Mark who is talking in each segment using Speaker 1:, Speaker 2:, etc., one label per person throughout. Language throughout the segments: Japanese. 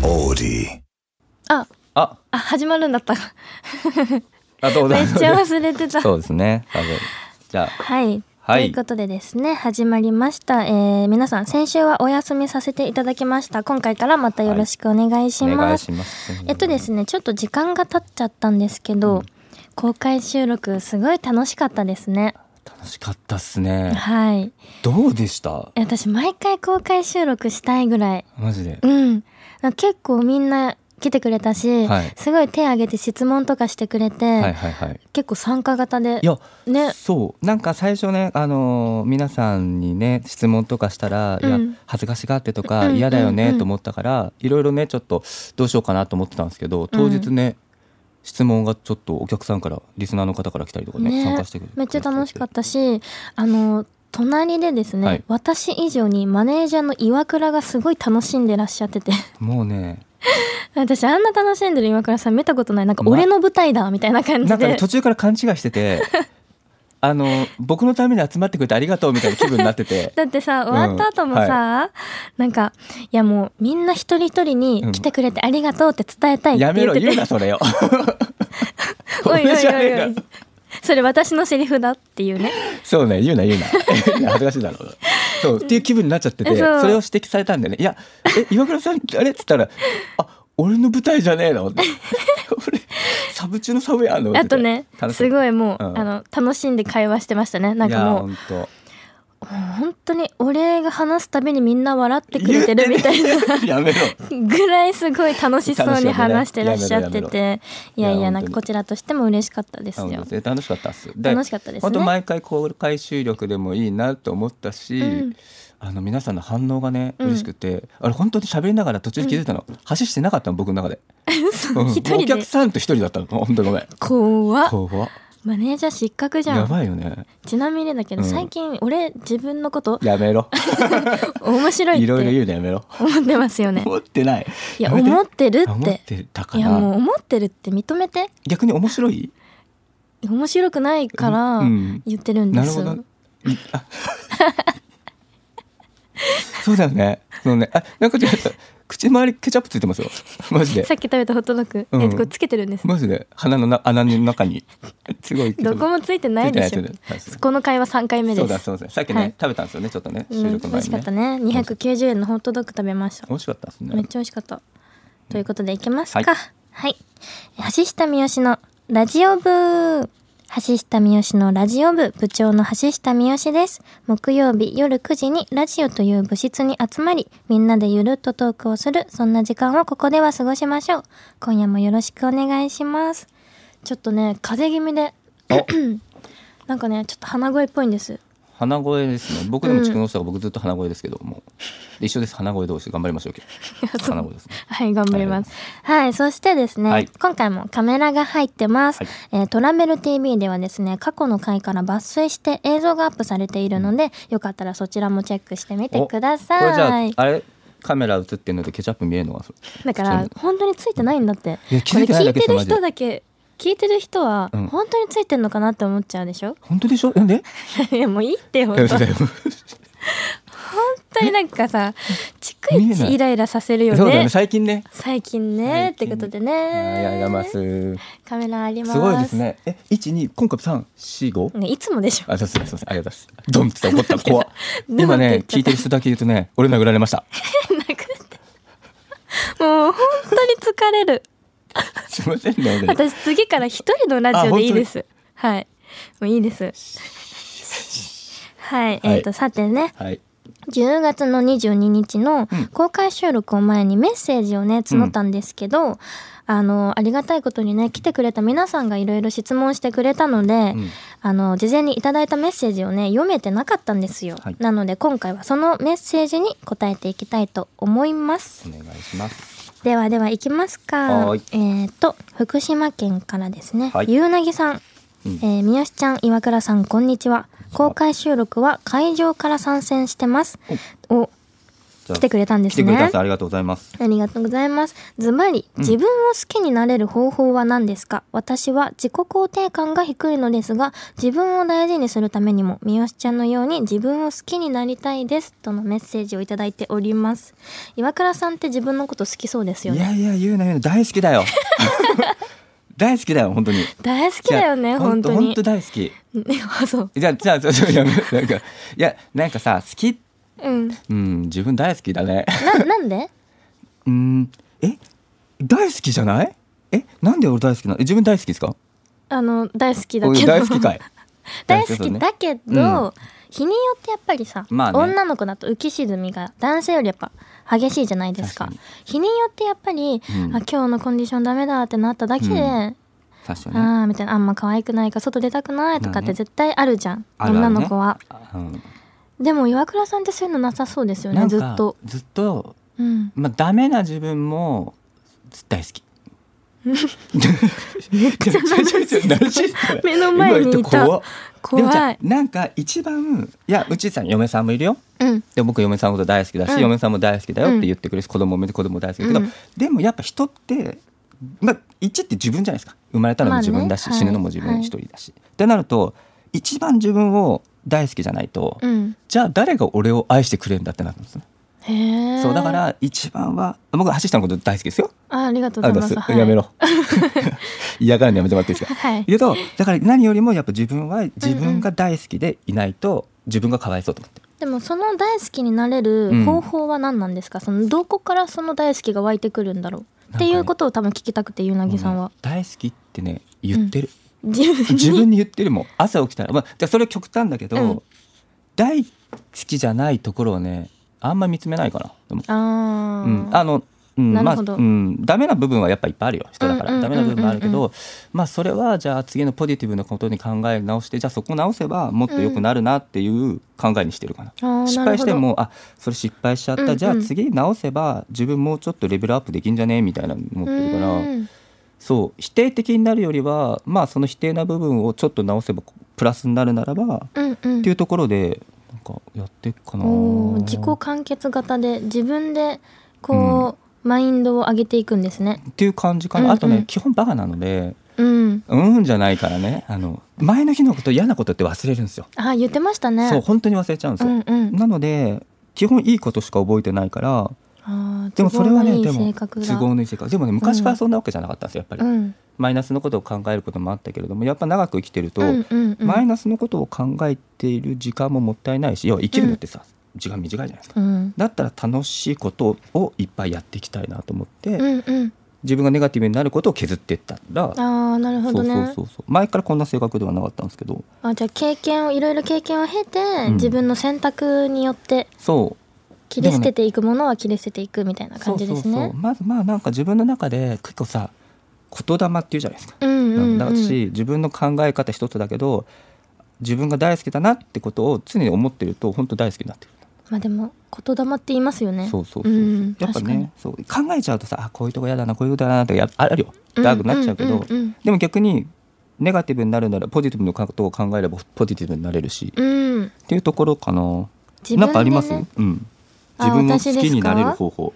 Speaker 1: body.
Speaker 2: あ、
Speaker 3: あ、
Speaker 2: あ、始まるんだ った。
Speaker 3: あどうぞ。
Speaker 2: めっちゃ忘れて た。
Speaker 3: そうですね。あのじゃあ、
Speaker 2: はい。
Speaker 3: はい
Speaker 2: ということでですね、始まりました。えー、皆さん、先週はお休みさせていただきました。今回からまたよろしくお願いし
Speaker 3: お願
Speaker 2: ま
Speaker 3: い
Speaker 2: す。
Speaker 3: します。
Speaker 2: えっとですね、ちょっと時間が経っちゃったんですけど、公開収録、すごい楽しかったですね。
Speaker 3: 楽しかったっすね。
Speaker 2: はい。
Speaker 3: どうでした？
Speaker 2: え私、毎回公開収録したいぐらい。
Speaker 3: マジで
Speaker 2: う。ん。結構みんな来てくれたし、
Speaker 3: はい
Speaker 2: すごい手挙げて質問とかしてくれて、
Speaker 3: はいはいはい。
Speaker 2: 結構参加型で
Speaker 3: い。や、
Speaker 2: ね。
Speaker 3: そうなんか最初ねあのー皆さんにね質問とかしたら、
Speaker 2: う
Speaker 3: いや
Speaker 2: ん
Speaker 3: 恥ずかしがってとか、
Speaker 2: うん
Speaker 3: 嫌だよ
Speaker 2: うんう
Speaker 3: ね
Speaker 2: ん
Speaker 3: と思ったからいろいろねちょっとどうしようかなと思ってたんですけど当日ね、質問がちょっとお客さんからリスナーの方から来たりとかね参加してくれて
Speaker 2: めっちゃ楽しかったしあの隣でですね、
Speaker 3: はい
Speaker 2: 私以上にマネージャーの岩倉がすごい楽しんでらっしゃってて
Speaker 3: もうね
Speaker 2: 私あんな楽しんでる岩倉さん見たことないなんか
Speaker 3: ま
Speaker 2: 俺の舞台だみたいな感じ
Speaker 3: なんかね
Speaker 2: で
Speaker 3: 途中から勘違いしててあの僕のために集まってくれてありがとうみたいな気分になってて
Speaker 2: だってさ終わった後も
Speaker 3: うん
Speaker 2: さ、なんかいやもうみんな一人一
Speaker 3: う
Speaker 2: 人
Speaker 3: ん
Speaker 2: に来てくれてありがとうって伝えたいって
Speaker 3: やめ
Speaker 2: 言っ
Speaker 3: ろ
Speaker 2: てて、
Speaker 3: 言うなそ れよ
Speaker 2: おいおいお
Speaker 3: 俺じゃねえ
Speaker 2: いおい
Speaker 3: な
Speaker 2: それ私のセリフだっていうね
Speaker 3: そうね言うな言うな 恥ずかしいだろうそうっていう気分になっちゃってて
Speaker 2: そう
Speaker 3: それを指摘されたんだよねいやえ岩倉さんあれっつったらあ俺の舞台じゃねえ の俺サブ中のサブやんのって
Speaker 2: あとね
Speaker 3: 楽しかっ
Speaker 2: す
Speaker 3: た
Speaker 2: ごいもう、
Speaker 3: うん
Speaker 2: あの楽しんで会話してましたねなんか
Speaker 3: や
Speaker 2: もう
Speaker 3: 本当
Speaker 2: 本当にお礼が話すたびにみんな笑ってくれてるみたいな
Speaker 3: やめろ
Speaker 2: ぐらいすごい楽しそうに話してらっしゃっててい
Speaker 3: やめろやめろ
Speaker 2: やいや
Speaker 3: いや
Speaker 2: なんかこちらとしても嬉しかったです
Speaker 3: あ
Speaker 2: よ
Speaker 3: 本当楽しかったっすで
Speaker 2: 楽しかったです
Speaker 3: 本当
Speaker 2: ね
Speaker 3: 毎回公開収録でもいいなと思ったし、
Speaker 2: うん
Speaker 3: あの皆さんの反応がね
Speaker 2: うん
Speaker 3: 嬉しくて、あれ本当に喋りながら途中で気づいたの、箸してなかったの僕の中で、 うん
Speaker 2: 一
Speaker 3: もう
Speaker 2: 人
Speaker 3: お
Speaker 2: で
Speaker 3: 客さんと一人だったの本当ごめん
Speaker 2: 怖っ
Speaker 3: 怖っ
Speaker 2: マネージャー失格じゃ
Speaker 3: や
Speaker 2: ん
Speaker 3: ばいよね
Speaker 2: ちなみにだけど
Speaker 3: うん
Speaker 2: 最近俺自分のこと
Speaker 3: やめろ
Speaker 2: 面白い
Speaker 3: いろいろ
Speaker 2: って
Speaker 3: 言うのやめろ
Speaker 2: 思ってますよね
Speaker 3: 思ってない
Speaker 2: いや
Speaker 3: め
Speaker 2: 思ってる
Speaker 3: あ
Speaker 2: っ
Speaker 3: 思っててたか
Speaker 2: いや
Speaker 3: ら
Speaker 2: もう思ってるって認めて
Speaker 3: 逆に面白い
Speaker 2: 面白くないから
Speaker 3: うん
Speaker 2: 言ってるんで
Speaker 3: なる
Speaker 2: す
Speaker 3: ほど。いあ そうだよね。そのね、あ、なんかちょっと口周りケチャップついてますよ。マジで
Speaker 2: さ。っき食べたホットドッグ
Speaker 3: うん
Speaker 2: えこれつけてるんです
Speaker 3: マジで鼻のな穴の中にすごい。
Speaker 2: どこもついてないでし
Speaker 3: ついてないついてない
Speaker 2: ょ。この会話三回目
Speaker 3: そ
Speaker 2: で
Speaker 3: うだ
Speaker 2: す。
Speaker 3: そうだ。さっき
Speaker 2: は
Speaker 3: ね
Speaker 2: い
Speaker 3: 食べたんですよね。ちょっとね
Speaker 2: う
Speaker 3: 収
Speaker 2: ん、
Speaker 3: 録
Speaker 2: 美
Speaker 3: 前
Speaker 2: 味し
Speaker 3: に
Speaker 2: かった。ね。二百九十円のホットドッグ食べました。
Speaker 3: 美味しかったですね。
Speaker 2: めっちゃ美味しかった。ということでいきます
Speaker 3: は
Speaker 2: か。はい。橋下三好のラジオ部。橋下三好のラジオ部部長の橋下三好です。木曜日夜9時にラジオという部室に集まり、みんなでゆるっとトークをする、そんな時間をここでは過ごしましょう。今夜もよろしくお願いします。ちょっとね、風邪気味で、
Speaker 3: お
Speaker 2: なんかね、ちょっと鼻声っぽいんです。
Speaker 3: 鼻声ですね。僕でも蓄能したが僕ずっと鼻声ですけどもう一緒です。鼻声同士頑張りましょう。今日鼻声ですね。
Speaker 2: はい、頑張ります。はい、そしてですね、
Speaker 3: はい
Speaker 2: 今回もカメラが入ってます、
Speaker 3: はい
Speaker 2: えートラベル TV ではですね、過去の回から抜粋して映像がアップされているので、よかったらそちらもチェックしてみて
Speaker 3: お
Speaker 2: く
Speaker 3: これ
Speaker 2: だ
Speaker 3: じゃ
Speaker 2: さ
Speaker 3: あ
Speaker 2: い。
Speaker 3: あれカメラ映ってんのでケチャップ見えるのが。
Speaker 2: だから、本当についてないんだって。
Speaker 3: いや気づいてないんだけど
Speaker 2: これ聞い
Speaker 3: マジ
Speaker 2: てる
Speaker 3: で
Speaker 2: 人だけ、聞いてる人は、
Speaker 3: うん
Speaker 2: 本当についてんのかなって思っちゃうでしょ
Speaker 3: 本当でしょ？なんで？
Speaker 2: いや、もういいって、本当
Speaker 3: 嘘だ
Speaker 2: 本
Speaker 3: よ
Speaker 2: 当になん かさ、逐
Speaker 3: 見えな
Speaker 2: 一
Speaker 3: い
Speaker 2: イライラさせるよ
Speaker 3: そうだよ
Speaker 2: ね
Speaker 3: ね。。最近ね。
Speaker 2: 最近ね、ってことで
Speaker 3: あ
Speaker 2: ね。
Speaker 3: やだます。
Speaker 2: カメラあります。
Speaker 3: すごいですね。え、一二今回三四五。
Speaker 2: ね。いつもでしょ
Speaker 3: あ、そうそうそうありがとうございます。ドンって怒った 怖っ。
Speaker 2: ドン
Speaker 3: 今
Speaker 2: って言っちゃった
Speaker 3: ね聞いてる人だけ言うとね、俺殴られま した。
Speaker 2: なくて もう本当に疲れる
Speaker 3: すいませんね。本当に
Speaker 2: 私次から一人のラジオでいいですはいもういいですはい、えっ、とさてね
Speaker 3: はい。
Speaker 2: 10月の22日の公開収録を前にメッセージをね募ったんですけど、あのありがたいことにね来てくれた皆さんがいろいろ質問してくれたので、
Speaker 3: うん
Speaker 2: あの事前にいただいたメッセージをね読めてなかったんですよ、
Speaker 3: はい
Speaker 2: なので今回はそのメッセージに答えていきたいと思います
Speaker 3: お願いします。
Speaker 2: ではでは行きますか
Speaker 3: はーい。
Speaker 2: えっ、と福島県からですね、
Speaker 3: はい
Speaker 2: ゆうなぎさん、
Speaker 3: うん
Speaker 2: えー、宮ちゃん岩倉さんこんにちは。
Speaker 3: ちは
Speaker 2: 公開収録は会場から参戦してます。お、
Speaker 3: じゃあ
Speaker 2: 来てくれたんで
Speaker 3: 来
Speaker 2: す
Speaker 3: てくれたんで
Speaker 2: ね
Speaker 3: す。。ありがとうございます。
Speaker 2: ありがとうございます。ズバリ、
Speaker 3: うん
Speaker 2: 自分を好きになれる方法は何ですか私は自己肯定感が低いのですが、自分を大事にするためにも、三好ちゃんのように自分を好きになりたいです。とのメッセージをいただいております。岩倉さんって自分のこと好きそうです
Speaker 3: い
Speaker 2: よね。
Speaker 3: やいや言うな言うな大好き だよ。大好きだよ本当に。好
Speaker 2: 大好きだよね、本当
Speaker 3: 本
Speaker 2: に
Speaker 3: 当。大好き。
Speaker 2: ね あ、そう。
Speaker 3: じゃあじゃあじゃあやめなんかいやなんかさ好き
Speaker 2: うん。
Speaker 3: うん自分大好きだね。
Speaker 2: な、なんで
Speaker 3: うんえ大好きじゃない？えなんで俺大好きなの？え自分大好きですか？
Speaker 2: あの、大好きだ
Speaker 3: 俺
Speaker 2: けど。
Speaker 3: 大好きかい。
Speaker 2: 大好きだけど、
Speaker 3: うん
Speaker 2: 日によってやっぱりさ、
Speaker 3: まあね
Speaker 2: 女の子だと浮き沈みが男性よりやっぱ激しいじゃないですか
Speaker 3: 確か
Speaker 2: 日によってやっぱり、
Speaker 3: うん
Speaker 2: あ今日のコンディションダメだってなっただけで、
Speaker 3: うん
Speaker 2: あ
Speaker 3: 確かにね。
Speaker 2: あーみたいなあんま可愛くないから外出たくないとかっ
Speaker 3: まあ
Speaker 2: て
Speaker 3: ね
Speaker 2: 絶対あるじゃん、
Speaker 3: あるあるね
Speaker 2: 女の子は
Speaker 3: うん
Speaker 2: でも岩倉さんってそういうのなさそうですよねずっと、
Speaker 3: ずっと
Speaker 2: うん、
Speaker 3: まあダメな自分も大好き。
Speaker 2: ちゃナルシ スト
Speaker 3: ナル シストだ
Speaker 2: 目の前に
Speaker 3: 今
Speaker 2: いた
Speaker 3: 言って怖っでもじゃ
Speaker 2: 怖
Speaker 3: あ
Speaker 2: い
Speaker 3: なんか一番いやうちさん嫁さんもいるよ。
Speaker 2: うん
Speaker 3: で僕嫁さんのこと大好きだし、
Speaker 2: うん
Speaker 3: 嫁さんも大好きだよって言ってくれるし、子供も子供も大好きだけど、
Speaker 2: うん
Speaker 3: でもやっぱ人ってまあ一って自分じゃないですか生まれたのも自分だし、
Speaker 2: まあね
Speaker 3: 死ぬのも自分一人だし、ってなると一番自分を大好きじゃないと、
Speaker 2: うん
Speaker 3: じゃあ誰が俺を愛してくれるんだってなるんですね。
Speaker 2: へえ
Speaker 3: そうだから一番は僕は橋下のこと大好きですよ。
Speaker 2: あありがとう
Speaker 3: あ
Speaker 2: ご
Speaker 3: の
Speaker 2: ざいます、はい
Speaker 3: やめろ。 嫌がるのやめてもらっていいですか。
Speaker 2: はい
Speaker 3: けどだから何よりもやっぱ自分は自分が大好きでいないと自分がかわいそうと思ってる。
Speaker 2: でもその大好きになれる方法は何なんですか、そのどこからその大好きが湧いてくるんだろう
Speaker 3: な
Speaker 2: っ
Speaker 3: んか
Speaker 2: て
Speaker 3: ね
Speaker 2: いうことを多分聞きたくてゆなぎさん
Speaker 3: もう
Speaker 2: は
Speaker 3: ね大好きってね言ってる、
Speaker 2: 自分 に
Speaker 3: 自分に言ってるもん朝起きたら、まあ、じゃあそれは極端だけど、
Speaker 2: うん
Speaker 3: 大好きじゃないところをねあんま見つめないかなでも
Speaker 2: あー、
Speaker 3: うん、あの、うん、
Speaker 2: な
Speaker 3: まあ、
Speaker 2: るほど
Speaker 3: うん、ダメな部分はやっぱいっぱいあるよ人だか
Speaker 2: うんう
Speaker 3: ら
Speaker 2: んう
Speaker 3: ダメ
Speaker 2: んうん
Speaker 3: な部分もあるけどまあそれはじゃあ次のポジティブなことに考え直してじゃあそこ直せばもっと良くなるなっていう考えにしてるかな。
Speaker 2: あーなるほど
Speaker 3: 失敗してもあそれ失敗しちゃった、
Speaker 2: うんうん
Speaker 3: じゃあ次直せば自分もうちょっとレベルアップできんじゃねみたいなの持ってるから
Speaker 2: うん
Speaker 3: そう否定的になるよりはまあその否定な部分をちょっと直せばプラスになるならば
Speaker 2: うんうん
Speaker 3: っていうところでなんかやっていくかな
Speaker 2: おー自己完結型で自分でこう、マインドを上げていくんですね
Speaker 3: っていう感じかな、
Speaker 2: うんうん
Speaker 3: あとね基本バカなので
Speaker 2: うん
Speaker 3: うんじゃないからねあの前の日のこと嫌なことって忘れるんですよ、
Speaker 2: あ言ってましたね
Speaker 3: そう本当に忘れちゃうんです
Speaker 2: う
Speaker 3: よ、
Speaker 2: んうん
Speaker 3: なので基本いいことしか覚えてないから
Speaker 2: あー
Speaker 3: でもそれはね
Speaker 2: 都合のいい
Speaker 3: でも
Speaker 2: 性格だ
Speaker 3: 都合のいい性格でもね昔からそんなわけじゃなかったんですよやっぱり、
Speaker 2: うん
Speaker 3: マイナスのことを考えることもあったけれどもやっぱ長く生きてると、
Speaker 2: うんうんうん
Speaker 3: マイナスのことを考えている時間ももったいないし要は生きるのってさ、時間短いじゃないですか
Speaker 2: うん
Speaker 3: だったら楽しいことをいっぱいやっていきたいなと思って、
Speaker 2: うんうん
Speaker 3: 自分がネガティブになることを削っていったら
Speaker 2: ああなるほどね
Speaker 3: そうそうそうそう前からこんな性格ではなかったんですけど
Speaker 2: あじゃあ経験をいろいろ経験を経て、
Speaker 3: ん
Speaker 2: 自分の選択によって
Speaker 3: そう
Speaker 2: 切り捨てていくものは切り捨てていくみたいな感じですね。
Speaker 3: そうそうそうまずまあなんか自分の中で結構さ言霊っていうじゃないですか。
Speaker 2: うんうんうん
Speaker 3: だし自分の考え方一つだけど自分が大好きだなってことを常に思ってると本当大好きになってく
Speaker 2: まあでも言霊って言いますよね。
Speaker 3: る。そうそうそうそう。
Speaker 2: ん
Speaker 3: やっぱ
Speaker 2: 確かに
Speaker 3: ねそう考えちゃうとさあこういうとこ嫌だなこういうとこ嫌だなってやあるよダークになっちゃうけど、
Speaker 2: うんうん
Speaker 3: でも逆にネガティブになるならポジティブのことを考えればポジティブになれるし、
Speaker 2: うんうんうん
Speaker 3: っていうところかな。
Speaker 2: 自分
Speaker 3: な
Speaker 2: でね
Speaker 3: んかあります？うん。
Speaker 2: あ
Speaker 3: 自分を好
Speaker 2: 私ですか
Speaker 3: きになれる方法。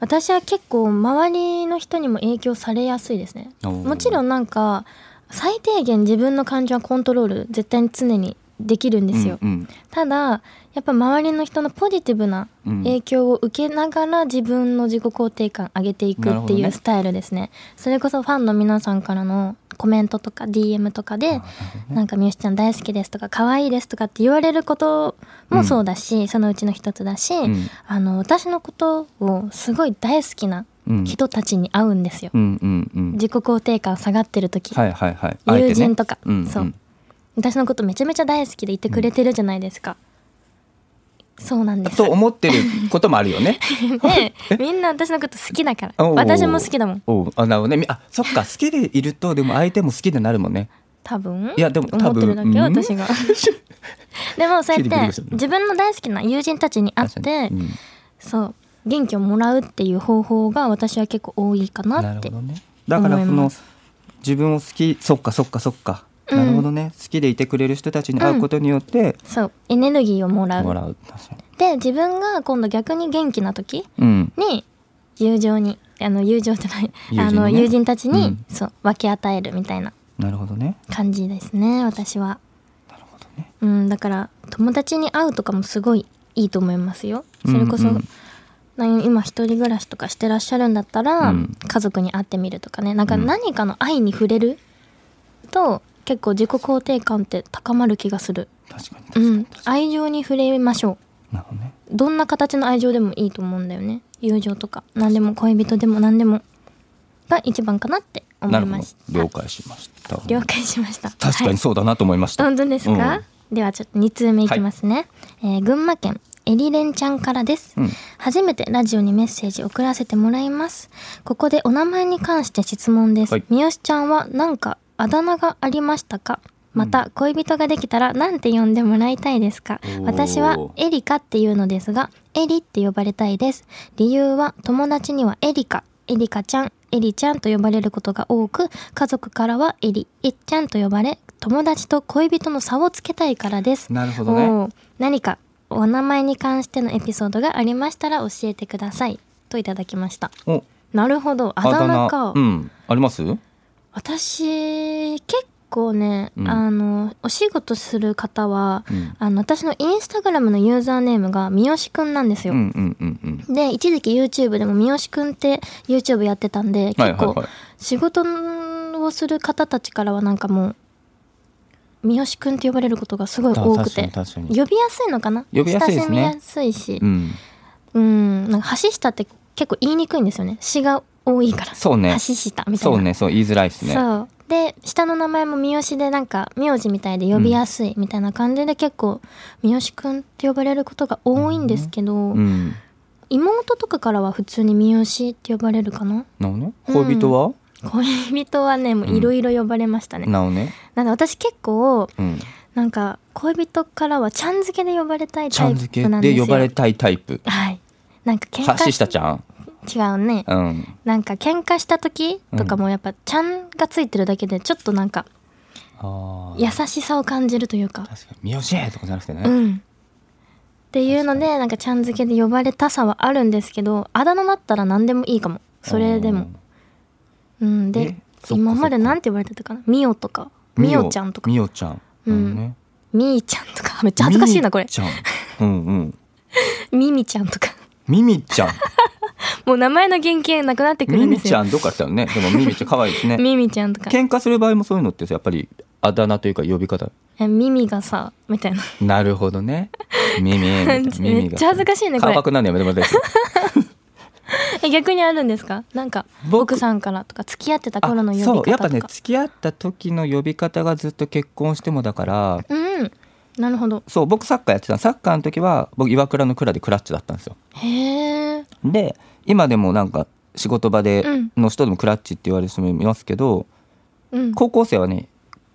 Speaker 2: 私は結構周りの人にも影響されやすいですね。
Speaker 3: おー
Speaker 2: もちろんなんか最低限自分の感情はコントロール絶対に常にできるんですよ。
Speaker 3: うん
Speaker 2: ただやっぱ周りの人のポジティブな
Speaker 3: うん
Speaker 2: 影響を受けながら自分の自己肯定感上げていく
Speaker 3: なる
Speaker 2: っ
Speaker 3: ほ
Speaker 2: て
Speaker 3: ど
Speaker 2: いう
Speaker 3: ね
Speaker 2: スタイルですねそれこそファンの皆さんからのコメントとか DM とかで「なんかみよしちゃん大好きです」とか「可愛いです」とかって言われることもそうだし、そのうちの一つだし、
Speaker 3: ん
Speaker 2: あの私のことをすごい大好きな
Speaker 3: うん
Speaker 2: 人たちに会うんですよ、
Speaker 3: うんうんうん。
Speaker 2: 自己肯定感下がってる時、
Speaker 3: はいはいはい。あえて
Speaker 2: 友
Speaker 3: ね
Speaker 2: 人とか、
Speaker 3: うん
Speaker 2: そう、
Speaker 3: ん
Speaker 2: 私のことめちゃめちゃ大好きでいてくれてるじゃないですか、そうなんです
Speaker 3: と思ってることもあるよね。
Speaker 2: ね みんな私のこと好きだから
Speaker 3: おう
Speaker 2: 私も好きだもん
Speaker 3: おうあなるほどね。みあそっか好きでいるとでも相手も好きでなるもん ね。
Speaker 2: 多分
Speaker 3: いやでも
Speaker 2: 思
Speaker 3: 多
Speaker 2: って
Speaker 3: 分
Speaker 2: るだけよ
Speaker 3: うん
Speaker 2: 私が でもそうや
Speaker 3: キリキリ
Speaker 2: っ
Speaker 3: して
Speaker 2: て
Speaker 3: る
Speaker 2: 自分の大好きな友人たちに会っ
Speaker 3: 確か
Speaker 2: て、
Speaker 3: にうん
Speaker 2: そう元気をもらうっていう方法が私は結構多いかな
Speaker 3: な
Speaker 2: っ
Speaker 3: る
Speaker 2: て
Speaker 3: ほどね。だからそ
Speaker 2: 思いま
Speaker 3: の自分を好きそっかそっかそっか
Speaker 2: うん
Speaker 3: なるほどね好きでいてくれる人たちに会うことによって
Speaker 2: そうエネルギーをもらう
Speaker 3: もらう確かに
Speaker 2: で自分が今度逆に元気な時
Speaker 3: うん
Speaker 2: に友情にあの友情じゃない
Speaker 3: 友人にね
Speaker 2: あの友人たちに、
Speaker 3: うん
Speaker 2: そう分け与えるみたいな
Speaker 3: なるほどね
Speaker 2: 感じですね私は、
Speaker 3: なるほどね
Speaker 2: うん、だから友達に会うとかもすごいいいと思いますよそれこそ、
Speaker 3: うんうん
Speaker 2: 何今一人暮らしとかしてらっしゃるんだったら、
Speaker 3: うん
Speaker 2: 家族に会ってみるとかねなんか
Speaker 3: うん
Speaker 2: 何かの愛に触れると結構自己肯定感って高まる気がする、
Speaker 3: 確かに確
Speaker 2: う
Speaker 3: かに
Speaker 2: ん、
Speaker 3: 確か
Speaker 2: 愛情に触れましょう
Speaker 3: になるほどね
Speaker 2: どんな形の愛情でもいいと思うんだよね友情とか何でも恋人でも何でもが一番かなって思
Speaker 3: ないるほ
Speaker 2: ま
Speaker 3: ど
Speaker 2: した
Speaker 3: 了解しました
Speaker 2: 了解しました
Speaker 3: 確かにそうだなと思いました、
Speaker 2: はい、本当ですか、ではちょっと2通目いきますね、えー群馬県えりれんちゃんからです、
Speaker 3: うん
Speaker 2: 初めてラジオにメッセージ送らせてもらいますここでお名前に関して質問です、
Speaker 3: はい
Speaker 2: 三好ちゃんは何かあだ名がありましたかまた恋人ができたら何て呼んでもらいたいですか
Speaker 3: おー
Speaker 2: 私はエリカっていうのですがエリって呼ばれたいです理由は友達にはエリカエリカちゃんエリちゃんと呼ばれることが多く家族からはエリエッちゃんと呼ばれ友達と恋人の差をつけたいからです
Speaker 3: なるほどね
Speaker 2: おー何かお名前に関してのエピソードがありましたら教えてくださいといただきました
Speaker 3: お
Speaker 2: なるほどあだ名か
Speaker 3: うんあります
Speaker 2: 私結構ね、
Speaker 3: うん
Speaker 2: あのお仕事する方は、
Speaker 3: うん
Speaker 2: あの私のインスタグラムのユーザーネームが三好くんなんです
Speaker 3: う
Speaker 2: よ、
Speaker 3: んうんうんうん
Speaker 2: で一時期 YouTube でも三好くんって YouTube やってたんで
Speaker 3: はい
Speaker 2: 結
Speaker 3: はい
Speaker 2: 構
Speaker 3: はい
Speaker 2: 仕事をする方たちからはなんかもう三好くんって呼ばれることがすごい多くて
Speaker 3: 確かに確かに
Speaker 2: 呼びやすいのかな
Speaker 3: 呼びやすいですね
Speaker 2: 親しみやすいし
Speaker 3: うん
Speaker 2: うんなんか橋下って結構言いにくいんですよね詩が多いから
Speaker 3: そうね
Speaker 2: 橋下みたい
Speaker 3: そう
Speaker 2: な
Speaker 3: ねそう言いづらいですね
Speaker 2: そうで下の名前も三好でなんか名字みたいで呼びやすいみたいな感じで結構三好くんって呼ばれることが多いんですけど、
Speaker 3: うん
Speaker 2: 妹とかからは普通に三好って呼ばれるかな
Speaker 3: なおね
Speaker 2: うん
Speaker 3: 恋人は
Speaker 2: 恋人はねもういろいろ呼ばれましたね、
Speaker 3: なおね
Speaker 2: なんで私結構
Speaker 3: うん
Speaker 2: なんか恋人からはちゃん付けで呼ばれたい
Speaker 3: ち
Speaker 2: タ
Speaker 3: ゃ
Speaker 2: イ
Speaker 3: ん
Speaker 2: プ
Speaker 3: 付け
Speaker 2: なんですよ
Speaker 3: で呼ばれたいタイプ
Speaker 2: はいなんか喧
Speaker 3: 橋下
Speaker 2: 嘩
Speaker 3: ちゃん
Speaker 2: 違うね
Speaker 3: うん
Speaker 2: なんか喧嘩した時とかもやっぱ「ちゃん」がついてるだけでちょっとなんか
Speaker 3: あー
Speaker 2: 優しさを感じるというか
Speaker 3: 確かに三好とかじゃなくてね
Speaker 2: うん。っていうので、なんかちゃん付けで呼ばれたさはあるんですけど、あだ名だったら何でもいいかも。それでも。うん、
Speaker 3: え
Speaker 2: で、
Speaker 3: そっか
Speaker 2: 今までなんて言われてたかなみおとか、
Speaker 3: うん
Speaker 2: みおちゃんとか、
Speaker 3: みおちゃん
Speaker 2: う
Speaker 3: な
Speaker 2: ん
Speaker 3: るほどね
Speaker 2: みーちゃんとか、 めっちゃ恥ずかしいな、これ
Speaker 3: みー。ちゃんうんうん
Speaker 2: みみちゃんとか。
Speaker 3: みみちゃ ん
Speaker 2: もう名前の原型なくなってくる
Speaker 3: ミ
Speaker 2: んで
Speaker 3: ミ
Speaker 2: す
Speaker 3: ちゃ
Speaker 2: よ。
Speaker 3: んどっから来たのね。でもミミちゃん可愛いですね。
Speaker 2: みみちゃんとか。
Speaker 3: 喧嘩する場合もそういうのってやっぱりあだ名というか呼び方。
Speaker 2: えみみがさ、みたいな。
Speaker 3: なるほどね。ミミ。
Speaker 2: め っちゃ恥ずかしいねこれ
Speaker 3: 顔くなんだよ。でもです。
Speaker 2: え、逆にあるんですかなんか、
Speaker 3: 僕
Speaker 2: 奥さんからとか、付き合ってた頃の呼び方
Speaker 3: そ
Speaker 2: と
Speaker 3: う。
Speaker 2: か。
Speaker 3: やっぱね付き合った時の呼び方がずっと結婚してもだから。
Speaker 2: うん。なるほど。
Speaker 3: そう僕サッカーやってたのサッカーの時は僕岩倉の倉でクラッチだったんですよ。
Speaker 2: へえ。
Speaker 3: で今でもなんか仕事場で
Speaker 2: うん
Speaker 3: の人でもクラッチって言われる人もいますけど、
Speaker 2: うん。
Speaker 3: 高校生はね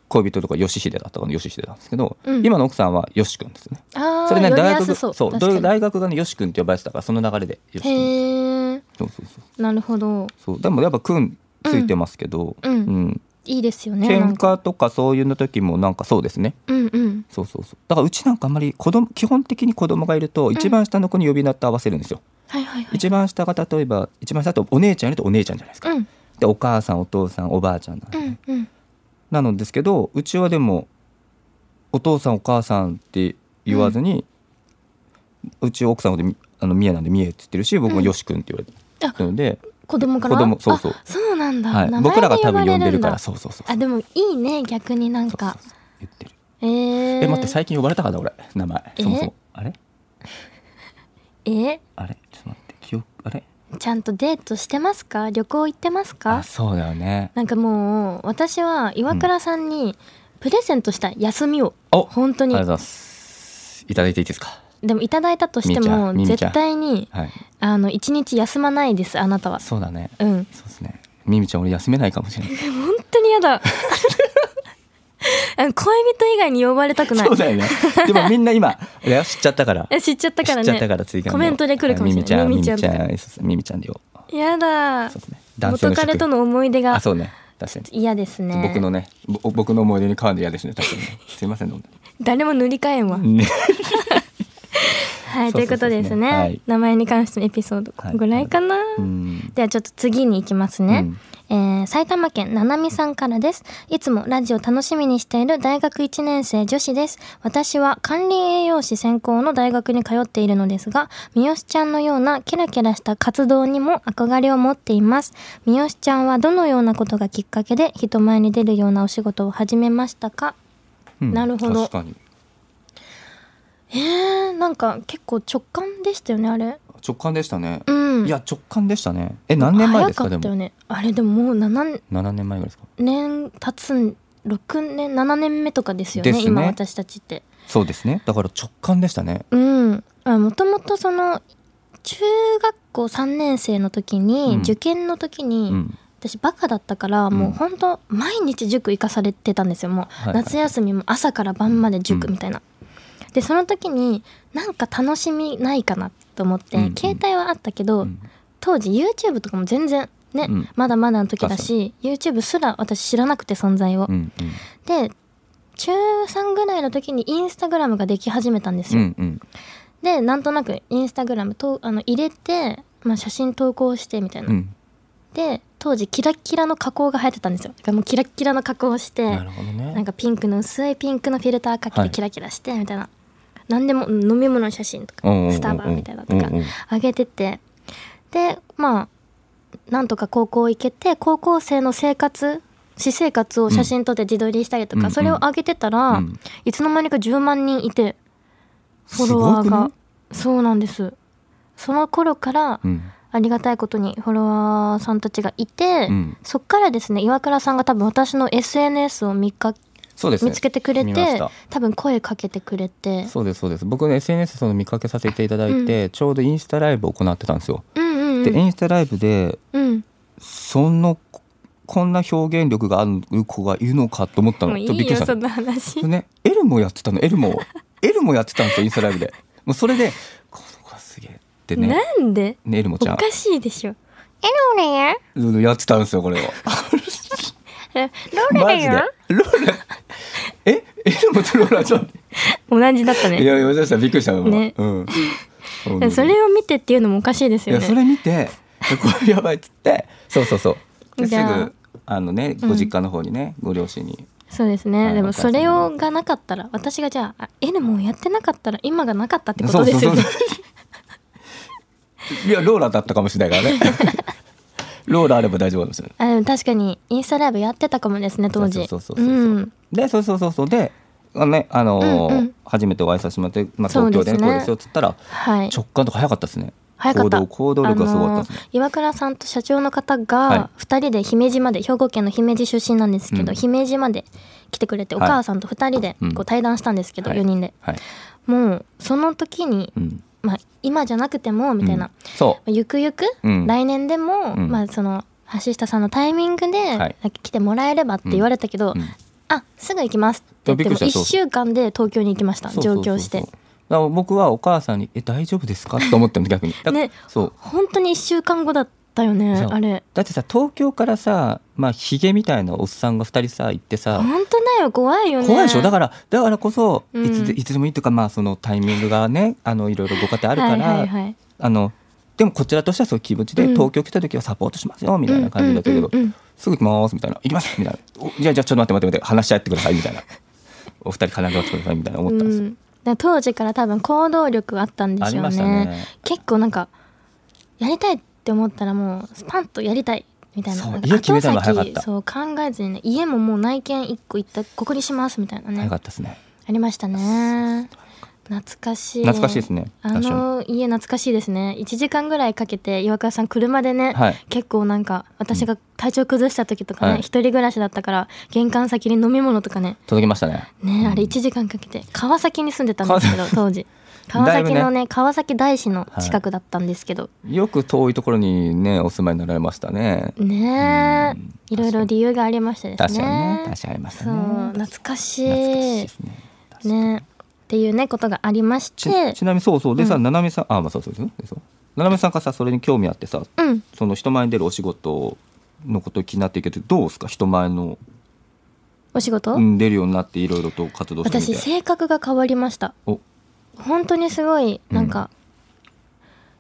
Speaker 3: 恋人とか義秀だったから義秀なんですけど、
Speaker 2: うん
Speaker 3: 今の奥さんはよし君ですね。
Speaker 2: ああ、
Speaker 3: それね
Speaker 2: 呼び
Speaker 3: 大
Speaker 2: やす
Speaker 3: 学
Speaker 2: そう。
Speaker 3: そう
Speaker 2: 確かに
Speaker 3: 大学がねよし君って呼ばれてたからその流れでよし君
Speaker 2: へえ
Speaker 3: そうそうそう
Speaker 2: なるほど
Speaker 3: そうでもやっぱ君ついてますけど、
Speaker 2: うんいいですよねなん
Speaker 3: 喧
Speaker 2: か
Speaker 3: 嘩とかそういうの時もなんかそうですね
Speaker 2: うんうん
Speaker 3: そうそうそうだからうちなんかあんまり子供基本的に子供がいると一番下の子に呼び名と合わせるんですよ、
Speaker 2: はいはいはい
Speaker 3: 一番下が例えば一番下だとお姉ちゃんいるとお姉ちゃんじゃないですか、
Speaker 2: うん
Speaker 3: でお母さんお父さんおばあちゃんなんで
Speaker 2: う
Speaker 3: すね、
Speaker 2: んうん
Speaker 3: なのですけどうちはでもお父さんお母さんって言わずに、うち奥さんのことみあの三重なんで三重って言ってるし僕も
Speaker 2: うん
Speaker 3: よし君って言われてるので、
Speaker 2: 子供から
Speaker 3: 子供そうそう
Speaker 2: あそうなんだ、
Speaker 3: はい
Speaker 2: 名前
Speaker 3: 僕らが多分呼
Speaker 2: で呼
Speaker 3: ん
Speaker 2: ば
Speaker 3: で
Speaker 2: れる
Speaker 3: る
Speaker 2: ん
Speaker 3: か
Speaker 2: だ
Speaker 3: らそうそうそう
Speaker 2: あでもいいね逆になん
Speaker 3: そうそう
Speaker 2: か
Speaker 3: そう言ってる
Speaker 2: えー、
Speaker 3: え待って最近呼ばれたかな俺名前そもそもあれ
Speaker 2: え
Speaker 3: あれちょっと待って記憶あれ
Speaker 2: ちゃんとデートしてますか旅行行ってます
Speaker 3: あ
Speaker 2: か
Speaker 3: そうだよね
Speaker 2: なんかもう私は岩倉さんにプレゼントしたい休みを、
Speaker 3: お
Speaker 2: 本当
Speaker 3: あり
Speaker 2: に
Speaker 3: がとうございますいただいていいですか
Speaker 2: でもいただいたとして
Speaker 3: みーちゃ
Speaker 2: も
Speaker 3: んみーちゃ
Speaker 2: 絶
Speaker 3: ん
Speaker 2: 対に
Speaker 3: はい
Speaker 2: あの一日休まないですあなたは
Speaker 3: そうだね
Speaker 2: うん
Speaker 3: そうですねみみちゃん俺休めないかもしれない
Speaker 2: 本当に 嫌だあの恋人以外に呼ばれたくない
Speaker 3: そうだよ ねでもみんな今あれは知っちゃったから
Speaker 2: え知っちゃったから
Speaker 3: 知っちゃった
Speaker 2: ね
Speaker 3: から追加
Speaker 2: コメントで来るかもしれない
Speaker 3: ミミちゃん
Speaker 2: ミミちゃんとか
Speaker 3: ミミちゃんミミちゃんでよ
Speaker 2: やだ
Speaker 3: そうですね男性
Speaker 2: 元
Speaker 3: の職
Speaker 2: 彼との思い出が
Speaker 3: あそうね確かに
Speaker 2: 嫌ですね
Speaker 3: 僕のねぼ僕の思い出に変わるの嫌ですね確かに ねすいません本
Speaker 2: 誰も塗り替えんわ
Speaker 3: 当にね
Speaker 2: はい
Speaker 3: そ
Speaker 2: と
Speaker 3: う
Speaker 2: い
Speaker 3: そううそ
Speaker 2: こ
Speaker 3: う
Speaker 2: とですね、
Speaker 3: はい
Speaker 2: 名前に関してのエピソードこ
Speaker 3: はい
Speaker 2: んぐらいかな、
Speaker 3: うん
Speaker 2: ではちょっと次に行きますね、えー埼玉県ななみさんからです。いつもラジオ楽しみにしている大学1年生女子です。私は管理栄養士専攻の大学に通っているのですが、三好ちゃんのようなキラキラした活動にも憧れを持っています。三好ちゃんはどのようなことがきっかけで人前に出るようなお仕事を始めましたか
Speaker 3: うん
Speaker 2: なるほど
Speaker 3: 確かに
Speaker 2: えー、なんか結構直感でしたよね、あれ。
Speaker 3: 直感でしたね
Speaker 2: う、ん。
Speaker 3: いや直感でしたねえ何年前ですか
Speaker 2: 早
Speaker 3: で
Speaker 2: かったよ
Speaker 3: も
Speaker 2: ね。あれでももう7
Speaker 3: 7年前ぐらいですか
Speaker 2: 年経つん、6年、7年目とかですよね、
Speaker 3: ですね
Speaker 2: 今私たちって。
Speaker 3: そうですねだから直感でしたね
Speaker 2: うん、あもともとその中学校3年生の時に、
Speaker 3: うん
Speaker 2: 受験の時に、
Speaker 3: うん
Speaker 2: 私バカだったから
Speaker 3: ん
Speaker 2: もうほんと毎日塾行かされてたんですよもう、
Speaker 3: はいはい
Speaker 2: 夏休みも朝から晩まで
Speaker 3: う
Speaker 2: 塾
Speaker 3: ん
Speaker 2: みたいな。でその時になんか楽しみないかなと思って、
Speaker 3: うんうん
Speaker 2: 携帯はあったけど、
Speaker 3: うん
Speaker 2: 当時 YouTube とかも全然ね、
Speaker 3: うん
Speaker 2: まだまだの時だし YouTube すら私知らなくて存在を。
Speaker 3: うん
Speaker 2: で中3ぐらいの時にインスタグラムができ始めたんです
Speaker 3: うんう
Speaker 2: よ。
Speaker 3: んうん
Speaker 2: でなんとなくインスタグラムとあの入れて、まあ、写真投稿してみたいな、
Speaker 3: うん
Speaker 2: で当時キラッキラの加工が流行ってたんですよだからもうキラッキラの加工をして
Speaker 3: なるほどね
Speaker 2: なんかピンクの薄いピンクのフィルターかけ
Speaker 3: は
Speaker 2: て
Speaker 3: い
Speaker 2: キラキラしてみたいな、何でもうん飲み物の写真とか
Speaker 3: うんうんうんうん
Speaker 2: スタバみたいなとか
Speaker 3: うんうん
Speaker 2: 上げててでまあなんとか高校行けて高校生の生活私生活を写真撮って自撮りしたりとか、
Speaker 3: うん
Speaker 2: それを上げてたら、
Speaker 3: うん
Speaker 2: いつの間にか10万人いて。フォロワー
Speaker 3: すご
Speaker 2: が
Speaker 3: くね
Speaker 2: そうなんですその頃から
Speaker 3: うん
Speaker 2: ありがたいことにフォロワーさんたちがいて、
Speaker 3: うん
Speaker 2: そっからですね岩倉さんが多分私の SNS を見か
Speaker 3: そうですね
Speaker 2: 見つけてくれ
Speaker 3: 見ましてた
Speaker 2: 多分声かけてくれて
Speaker 3: そうですそうです僕ね SNS その見かけさせていただいて、ちょうどインスタライブを行ってたんですよ、
Speaker 2: うんうんう
Speaker 3: で
Speaker 2: ん
Speaker 3: インスタライブで
Speaker 2: うん
Speaker 3: そのこんな表現力がある子がいるのかと思った
Speaker 2: も
Speaker 3: の
Speaker 2: うい
Speaker 3: ちょっとびっく
Speaker 2: い
Speaker 3: り
Speaker 2: よ
Speaker 3: した
Speaker 2: その話
Speaker 3: でねエルもやってたのエル もエルもやってたんですよインスタライブでもうそれでこの子はすげえってね
Speaker 2: なんで
Speaker 3: ねエルモ
Speaker 2: お
Speaker 3: ちゃん
Speaker 2: かしいでしょえローレン
Speaker 3: うんやってたんですよこれ を
Speaker 2: えロー
Speaker 3: マ
Speaker 2: レ
Speaker 3: ジ
Speaker 2: ン
Speaker 3: でローラえエルモとローラちゃん
Speaker 2: 同じだった
Speaker 3: い
Speaker 2: ね
Speaker 3: やいや私はびっくりしたの、
Speaker 2: ね
Speaker 3: うん
Speaker 2: それを見てっていうのもおかしいです
Speaker 3: い
Speaker 2: よ
Speaker 3: や
Speaker 2: ね
Speaker 3: それ見 てこれやばいっつってそうそうそうです
Speaker 2: じゃあ
Speaker 3: ぐあのねご実家の方にね、ご両親に
Speaker 2: そうですね、
Speaker 3: はい
Speaker 2: で
Speaker 3: お
Speaker 2: も
Speaker 3: 母さ
Speaker 2: そ
Speaker 3: んに
Speaker 2: れをがなかったら私がじゃああ N もやってなかったら今がなかったってこと
Speaker 3: う
Speaker 2: ですよね
Speaker 3: うそういやローラだったかもしれないからね ローラあれば大丈夫かもしれない
Speaker 2: あでも確かにインスタライブやってたかもですね当時
Speaker 3: そうそうそうそうそう
Speaker 2: うん
Speaker 3: でそうそうそうそうであのねあのー
Speaker 2: うんうん
Speaker 3: 初めてお会いさせてもらって、まあ、
Speaker 2: そう
Speaker 3: 東
Speaker 2: で
Speaker 3: 京
Speaker 2: す
Speaker 3: で
Speaker 2: ね
Speaker 3: ねこうですよっつったら
Speaker 2: はい
Speaker 3: 直感とか早かったですね
Speaker 2: 早かった
Speaker 3: 行動行動力がすごかったですね
Speaker 2: あ、のー岩倉さんと社長の方
Speaker 3: は
Speaker 2: が2人で姫路まで兵庫県の姫路出身なんですけど、
Speaker 3: うん
Speaker 2: 姫路まで来てくれてお
Speaker 3: はい
Speaker 2: 母さんと2人で
Speaker 3: うん
Speaker 2: こう対談したんですけど、
Speaker 3: はい
Speaker 2: 4人で
Speaker 3: はい、
Speaker 2: もうその時に、
Speaker 3: うん、
Speaker 2: まあ、今じゃなくてもみたいな、
Speaker 3: うんそ
Speaker 2: ゆくゆく、
Speaker 3: うん
Speaker 2: 来年でも、
Speaker 3: うん
Speaker 2: まあその橋下さんのタイミングで、
Speaker 3: はい
Speaker 2: 来てもらえればって言われたけど、
Speaker 3: う、うん
Speaker 2: あすぐ行きますって言って
Speaker 3: いやび
Speaker 2: も
Speaker 3: っくりしたそ
Speaker 2: 1
Speaker 3: うそう
Speaker 2: 週間で東京に行きました
Speaker 3: そうそうそうそ
Speaker 2: 上
Speaker 3: う
Speaker 2: 京して
Speaker 3: だから僕はお母さんに「え大丈夫ですか?」と思ったの逆にだから
Speaker 2: ね
Speaker 3: そう
Speaker 2: 本当に1週間後だったよね
Speaker 3: そう
Speaker 2: あれ
Speaker 3: だってさ東京からさまあヒゲみたいなおっさんが2人さ行ってさ
Speaker 2: 本当だよ怖いよね
Speaker 3: 怖いでしょだかららだからこそ
Speaker 2: うん
Speaker 3: いつで,、いつでもいいというかまあそのタイミングがねあのいろいろご家庭あるから、
Speaker 2: はいはいはい、
Speaker 3: あのでもこちらとしてはそういう気持ちで、
Speaker 2: うん
Speaker 3: 東京来た時はサポートしますよみたいな感じだったけど、
Speaker 2: うんうんうんうん
Speaker 3: すぐ行きますみたいな行きますみたいなおじゃあじゃあちょっと待って待って待って話し合ってくださいみたいなお二人必ずってくださいみたいな思ったんです
Speaker 2: う
Speaker 3: よ、
Speaker 2: んだから当時から多分行動力あったんで
Speaker 3: あ
Speaker 2: し
Speaker 3: り
Speaker 2: ょう
Speaker 3: ました
Speaker 2: ね
Speaker 3: ね
Speaker 2: 結構なんかやりたいって思ったらもうスパンとやりたいみたいな
Speaker 3: そう
Speaker 2: なんか
Speaker 3: 家決めたのが早かった
Speaker 2: そう考えずにね家ももう内見一個行ったここにしますみたいなね
Speaker 3: 早かったですね
Speaker 2: ありましたね懐かしい
Speaker 3: 懐かしいですね
Speaker 2: あ
Speaker 3: 確か
Speaker 2: の家懐かしいですね1時間ぐらいかけて岩倉さん車でね、
Speaker 3: はい
Speaker 2: 結構なんか私が体調崩した時とかね、
Speaker 3: はい
Speaker 2: 一人暮らしだったから玄関先に飲み物とかね
Speaker 3: に届きましたね
Speaker 2: ねあれ
Speaker 3: うん
Speaker 2: 1時間かけて川崎に住んでたんですけど当時川崎の
Speaker 3: だいぶ
Speaker 2: ね川崎大師の近くだったんですけど、
Speaker 3: よく遠いところにねお住まいになられましたね
Speaker 2: ね
Speaker 3: うん
Speaker 2: えいろいろ理由がありましてです
Speaker 3: 確
Speaker 2: ね
Speaker 3: かにね確かにありました
Speaker 2: そう
Speaker 3: ね
Speaker 2: 懐かしい
Speaker 3: 懐かしいですね確かに
Speaker 2: ねっていうねことがありまし
Speaker 3: ち
Speaker 2: て
Speaker 3: ちなみにそうそうでさ、ななみさんあまあそうそうそうそうななみさんがさそれに興味あってさ
Speaker 2: うん
Speaker 3: その人前に出るお仕事のこと気になっていけどどうですか人前の、
Speaker 2: お仕事、
Speaker 3: うん、出るようになっていろいろと活動してみて
Speaker 2: 私性格が変わりました
Speaker 3: お
Speaker 2: 本当にすごいなんか、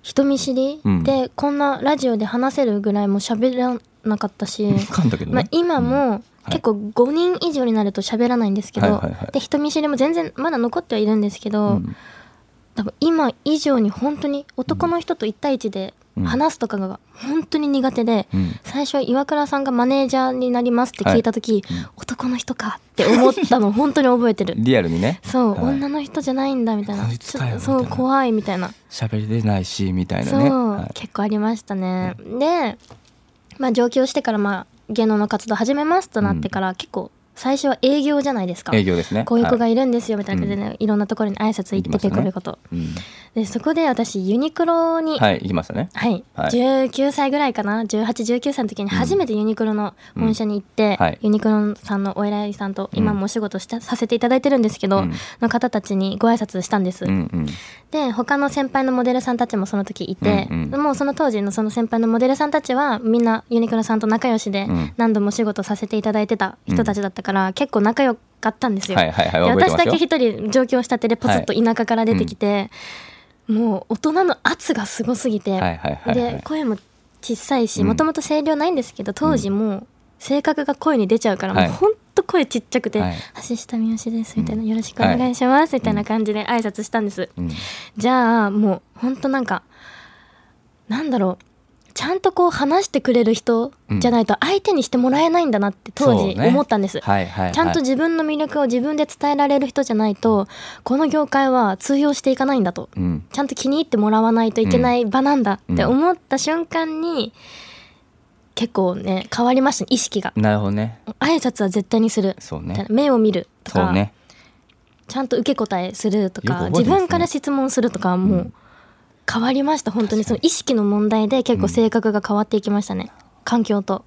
Speaker 2: 人見知り、
Speaker 3: うん
Speaker 2: でこんなラジオで話せるぐらいも喋らなかったし、
Speaker 3: 噛んだけどね、
Speaker 2: まあ、今
Speaker 3: うん
Speaker 2: も
Speaker 3: い
Speaker 2: 結構5人以上になると喋らないんですけど、
Speaker 3: はいはいはい
Speaker 2: で人見知りも全然まだ残ってはいるんですけど、
Speaker 3: うん
Speaker 2: 多分今以上に本当に男の人と1対1で
Speaker 3: うん
Speaker 2: 話すとかが本当に苦手で、
Speaker 3: うん
Speaker 2: 最初岩倉さんがマネージャーになりますって聞いた時、
Speaker 3: はいうん
Speaker 2: 男の人かって思ったの本当に覚えてる
Speaker 3: リアルにね
Speaker 2: そう、
Speaker 3: はい
Speaker 2: 女の人じゃないんだみたいな
Speaker 3: こいつかよ
Speaker 2: ちょっとそ
Speaker 3: みた
Speaker 2: う
Speaker 3: いな
Speaker 2: 怖いみたいな
Speaker 3: 喋れないしみたい
Speaker 2: そ
Speaker 3: なね、
Speaker 2: う、
Speaker 3: はい
Speaker 2: 結構ありましたね、で、まあ、上京してからまあ芸能の活動始めますとなってから、結構最初は営業じゃないですか
Speaker 3: 営業ですね
Speaker 2: こういう子が
Speaker 3: はい
Speaker 2: るんですよみたいな感じで、ねい、ろんなところに挨拶行ってペコペコと、
Speaker 3: いうん
Speaker 2: でそこで私ユニクロに
Speaker 3: はい行きましたね
Speaker 2: はい、
Speaker 3: はい
Speaker 2: 19歳ぐらいかな1819歳の時に初めてユニクロの本社に行って、
Speaker 3: うんはい
Speaker 2: ユニクロさんのお偉いさんと今もお仕事した、させていただいてるんですけど、
Speaker 3: うん
Speaker 2: の方たちにご挨拶したんです、
Speaker 3: うんうん
Speaker 2: で他の先輩のモデルさんたちもその時いて、
Speaker 3: うんうん
Speaker 2: もうその当時のその先輩のモデルさんたちはみんなユニクロさんと仲良しで
Speaker 3: うん
Speaker 2: 何度もお仕事させていただいてた人たちだったから、結構仲良かったんですよ。
Speaker 3: はいはいはい
Speaker 2: で
Speaker 3: 覚えて
Speaker 2: 私
Speaker 3: ます
Speaker 2: だ
Speaker 3: よ
Speaker 2: け一人上京したてでポツッと田舎から出てきて、もう大人の圧がすごすぎて、
Speaker 3: はいはいはいはい
Speaker 2: で声も小さいし
Speaker 3: うん
Speaker 2: もともと声量ないんですけど当時もう性格が声に出ちゃうから、
Speaker 3: はい
Speaker 2: もうほんと声ちっちゃくて
Speaker 3: はい
Speaker 2: 「橋下三好です」みたいな「
Speaker 3: うん
Speaker 2: よろしくお願いします」みたいな感じで挨拶したんです。
Speaker 3: うん
Speaker 2: じゃあもうほんとなんかなんだろうちゃんとこう話してくれる人じゃないと相手にしてもらえないんだなって当時
Speaker 3: そうね
Speaker 2: 思ったんです、
Speaker 3: はいはいはい
Speaker 2: ちゃんと自分の魅力を自分で伝えられる人じゃないとこの業界は通用していかないんだと、
Speaker 3: うん
Speaker 2: ちゃんと気に入ってもらわないといけない場なんだって
Speaker 3: うん
Speaker 2: 思った瞬間に結構ね変わりましたね意識が
Speaker 3: なるほどね
Speaker 2: 挨拶は絶対にする
Speaker 3: そう
Speaker 2: みたい
Speaker 3: ね
Speaker 2: な目を見ると
Speaker 3: そ
Speaker 2: か、
Speaker 3: うね
Speaker 2: ちゃんと受け答えすると
Speaker 3: よく
Speaker 2: か、
Speaker 3: 覚えてます
Speaker 2: 自
Speaker 3: ね
Speaker 2: 分から質問するとかもう変わりました本当にその意識の問題で結構性格が変わっていきましたね、環境と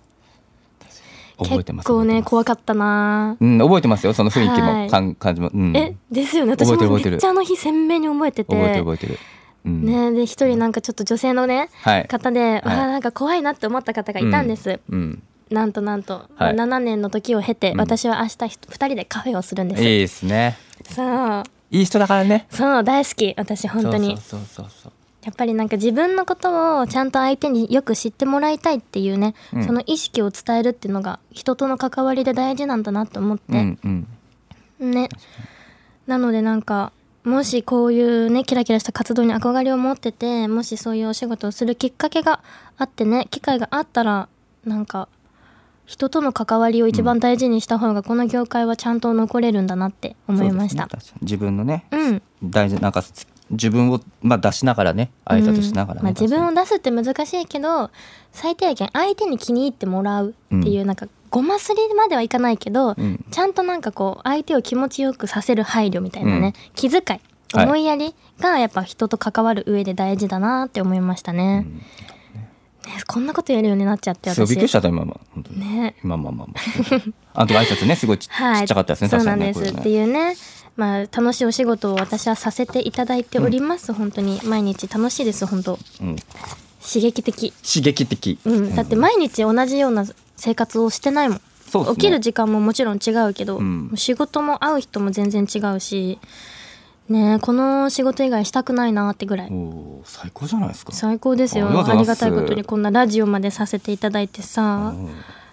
Speaker 3: 覚えてます
Speaker 2: 結構
Speaker 3: 覚えてま
Speaker 2: ね
Speaker 3: す
Speaker 2: 怖かったなぁ
Speaker 3: うん覚えてますよその雰囲気
Speaker 2: は
Speaker 3: も
Speaker 2: い
Speaker 3: かん感じもうん
Speaker 2: えですよね私
Speaker 3: 覚えてる
Speaker 2: も
Speaker 3: 覚えてる
Speaker 2: めっちゃあの日鮮明に覚えてて
Speaker 3: 覚えてる覚えてるうん
Speaker 2: ねで一人なんかちょっと女性のね、
Speaker 3: はい
Speaker 2: 方で、わあなんか怖いなって思った方がいたんです、
Speaker 3: うん
Speaker 2: なんとなんと、
Speaker 3: はい
Speaker 2: 7年の時を経て、
Speaker 3: うん
Speaker 2: 私は明日ひ2人でカフェをするんです
Speaker 3: いいですね
Speaker 2: そう
Speaker 3: いい人だからね
Speaker 2: そう大好き私本当に
Speaker 3: そうそうそうそう
Speaker 2: やっぱりなんか自分のことをちゃんと相手によく知ってもらいたいっていうね、
Speaker 3: うん
Speaker 2: その意識を伝えるっていうのが人との関わりで大事なんだなと思っ
Speaker 3: う
Speaker 2: て、
Speaker 3: んうん
Speaker 2: ねなのでなんかもしこういうねキラキラした活動に憧れを持っててもしそういうお仕事をするきっかけがあってね機会があったらなんか人との関わりを一番大事にした方がこの業界はちゃんと残れるんだなって思いました
Speaker 3: そう。ですね確かに自分のね
Speaker 2: うん
Speaker 3: 大事なんか自分をまあ出しながらね挨拶しながら
Speaker 2: うんまあ、
Speaker 3: ね
Speaker 2: 自分を出すって難しいけど最低限相手に気に入ってもらうっていう、なんかごますりまではいかないけど、
Speaker 3: ん
Speaker 2: ちゃんとなんかこう相手を気持ちよくさせる配慮みたいなね、気遣い
Speaker 3: はい
Speaker 2: 思いやりがやっぱ人と関わる上で大事だなって思いましたね,、ねこんなこと言えるようになっちゃって
Speaker 3: すごい
Speaker 2: 私
Speaker 3: びっくりしちゃった今ま本当に
Speaker 2: ね
Speaker 3: 今まあま あまああと挨拶ねすごいち,、
Speaker 2: はい、
Speaker 3: ちっちゃかったですね
Speaker 2: そう
Speaker 3: 確
Speaker 2: な
Speaker 3: か
Speaker 2: ん
Speaker 3: に
Speaker 2: で
Speaker 3: ね
Speaker 2: す、
Speaker 3: これ
Speaker 2: って
Speaker 3: ね
Speaker 2: いうねまあ楽しいお仕事を私はさせていただいております、本当に毎日楽しいです本当
Speaker 3: うん
Speaker 2: 刺激的
Speaker 3: 刺激的
Speaker 2: うん、だって毎日同じような生活をしてないもん、
Speaker 3: そうっすね
Speaker 2: 起きる時間ももちろん違うけど、
Speaker 3: うん
Speaker 2: 仕事も会う人も全然違うしねえこの仕事以外したくないなってぐらい
Speaker 3: おー最高じゃないですか
Speaker 2: 最高です
Speaker 3: あ
Speaker 2: よ
Speaker 3: りが
Speaker 2: あ
Speaker 3: とうご
Speaker 2: り
Speaker 3: ざい
Speaker 2: が
Speaker 3: ます
Speaker 2: たいことにこんなラジオまでさせていただいてさ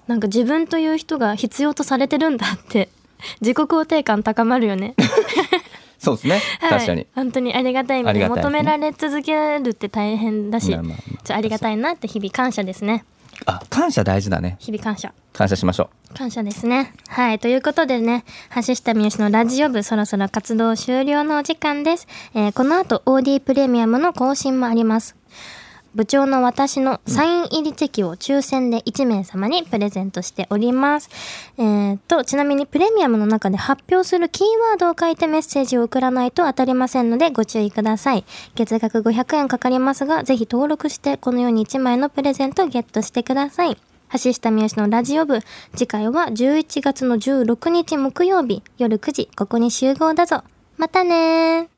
Speaker 2: なんか自分という人が必要とされてるんだって 自己肯定感高まるよね、
Speaker 3: そうですね
Speaker 2: はい、
Speaker 3: 確かに
Speaker 2: 本当にありがたい意味
Speaker 3: あり
Speaker 2: で
Speaker 3: がたいです
Speaker 2: 求
Speaker 3: ね
Speaker 2: められ続けるって大変だし、
Speaker 3: まあまあまあ
Speaker 2: ちょありがたいなって日々感謝ですね
Speaker 3: あ感謝大事だね
Speaker 2: 日々感謝
Speaker 3: 感謝しましょ
Speaker 2: 感謝ですね。はい。ということでね、橋下美由のラジオ部そろそろ活動終了のお時間です。えーこの後 OD プレミアムの更新もあります。部長の私のサイン入りチェキを抽選で1名様にプレゼントしております。えーっと、ちなみにプレミアムの中で発表するキーワードを書いてメッセージを送らないと当たりませんのでご注意ください。月額500円かかりますが、ぜひ登録してこのように1枚のプレゼントをゲットしてください。橋下美由のラジオ部。次回は11月の16日木曜日夜9時、ここに集合だぞ。またねー。